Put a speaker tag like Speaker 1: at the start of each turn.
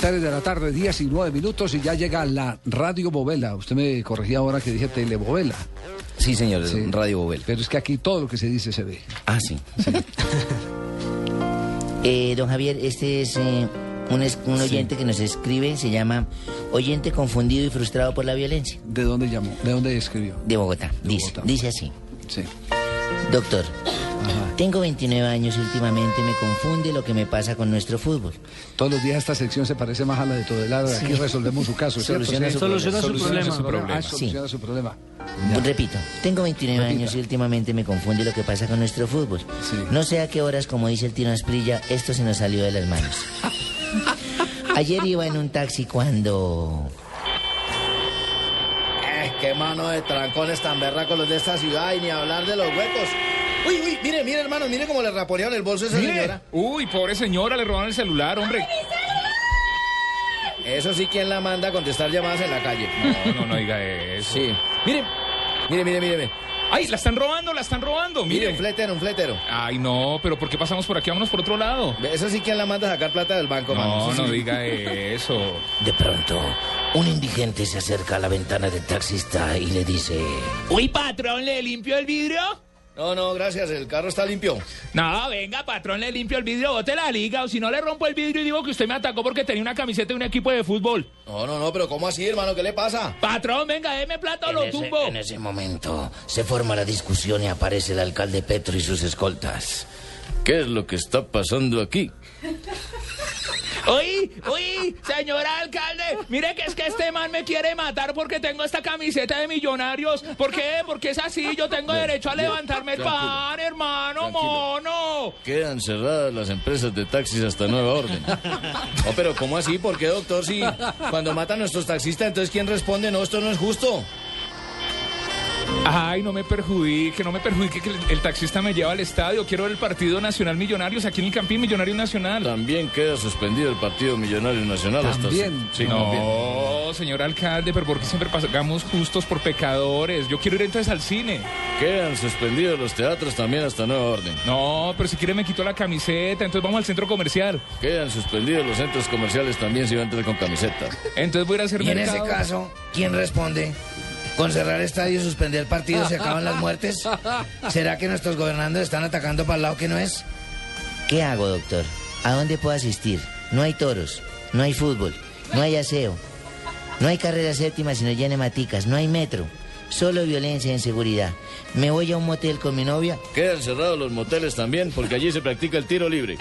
Speaker 1: 3 de la tarde, 19 minutos y ya llega la Radio Bovela. Usted me corregía ahora que dije Telebovela,
Speaker 2: Sí, señor, es Radio Bobel.
Speaker 1: pero es que aquí todo lo que se dice se ve.
Speaker 2: Ah, sí. Eh, don Javier, este es eh, un, es- un oyente que nos escribe, se llama Oyente confundido y frustrado por la violencia,
Speaker 1: ¿De dónde llamó? ¿De dónde escribió?
Speaker 2: de Bogotá.
Speaker 1: De
Speaker 2: dice,
Speaker 1: Bogotá.
Speaker 2: dice así.
Speaker 1: Sí.
Speaker 2: Doctor, tengo 29 años y últimamente me confunde lo que me pasa con nuestro fútbol.
Speaker 1: Todos los días esta sección se parece más a la de todo el lado. Aquí resolvemos su caso. ¿cierto?
Speaker 2: Soluciona
Speaker 1: Sí.
Speaker 2: su Soluciona
Speaker 3: problema. su
Speaker 1: Soluciona su
Speaker 3: problema.
Speaker 1: problema. Ah,
Speaker 2: Sí.
Speaker 1: soluciona su problema.
Speaker 2: Repito, tengo 29 años y últimamente me confunde lo que pasa con nuestro fútbol.
Speaker 1: Sí.
Speaker 2: No sé a qué horas, como dice el Tino Asprilla, esto se nos salió de las manos. Ayer iba en un taxi cuando...
Speaker 4: Eh, qué mano de trancones tan berracos los de esta ciudad y ni hablar de los huecos. Uy, uy, mire, mire, hermanos, mire cómo le raponearon el bolso a esa
Speaker 3: Mire,
Speaker 4: señora.
Speaker 3: uy, pobre señora, le robaron el celular, hombre.
Speaker 4: Eso sí, ¿quién la manda a contestar llamadas en la calle?
Speaker 3: No, no, no diga eso.
Speaker 4: Sí. Mire, mire, mire, mire. mire.
Speaker 3: Ay, la están robando, la están robando,
Speaker 4: Mire, un
Speaker 3: mire.
Speaker 4: fletero, un fletero.
Speaker 3: Ay, no, pero ¿por qué pasamos por aquí? Vámonos por otro lado.
Speaker 4: Eso sí, ¿quién la manda a sacar plata del banco, mano?
Speaker 3: No,
Speaker 4: Eso
Speaker 3: no
Speaker 4: sí.
Speaker 3: diga eso.
Speaker 2: De pronto, un indigente se acerca a la ventana del taxista y le dice...
Speaker 3: Uy, patrón, ¿le limpio el vidrio?
Speaker 4: No, no, gracias, el carro está limpio.
Speaker 3: No, venga, patrón, le limpio el vidrio, bote la liga, o si no le rompo el vidrio y digo que usted me atacó porque tenía una camiseta de un equipo de fútbol.
Speaker 4: No, no, no, pero ¿cómo así, hermano? ¿Qué le pasa?
Speaker 3: Patrón, venga, déme plata o
Speaker 2: En
Speaker 3: lo
Speaker 2: ese,
Speaker 3: tumbo.
Speaker 2: en ese momento se forma la discusión y aparece el alcalde Petro y sus escoltas.
Speaker 4: ¿Qué es lo que está pasando aquí?
Speaker 3: Uy, uy, señora alcalde, mire que es que este man me quiere matar porque tengo esta camiseta de millonarios. ¿Por qué? Porque es así, yo tengo derecho a levantarme el
Speaker 4: tranquilo,
Speaker 3: pan, hermano,
Speaker 4: tranquilo.
Speaker 3: mono.
Speaker 4: Quedan cerradas las empresas de taxis hasta nueva orden. No, pero ¿cómo así? ¿Por qué, doctor? Si cuando matan a nuestros taxistas, entonces ¿quién responde? No, esto no es justo.
Speaker 3: Ay, no me perjudique, no me perjudique que el, el taxista me lleva al estadio. Quiero ver el partido Nacional Millonarios aquí en el Campín Millonarios Nacional.
Speaker 4: También queda suspendido el Partido Millonario Nacional
Speaker 1: hasta- También. sí,
Speaker 3: No, señor alcalde, pero ¿por qué siempre pagamos justos por pecadores? Yo quiero ir entonces al cine.
Speaker 4: Quedan suspendidos los teatros también hasta nueva orden.
Speaker 3: No, pero si quiere me quito la camiseta, entonces vamos al centro comercial.
Speaker 4: Quedan suspendidos los centros comerciales también si van a entrar con camiseta.
Speaker 3: Entonces voy a ir a hacer
Speaker 2: Y en
Speaker 3: mercado.
Speaker 2: ese caso, ¿quién responde? ¿Con cerrar estadios, suspender partidos, se acaban las muertes? ¿Será que nuestros gobernantes están atacando para el lado que no es? ¿Qué hago, doctor? ¿A dónde puedo asistir? No hay toros, no hay fútbol, no hay aseo, no hay carrera séptima sino llene maticas, no hay metro, solo violencia e inseguridad. Me voy a un motel con mi novia
Speaker 4: Quedan cerrados los moteles también porque allí se practica el tiro libre.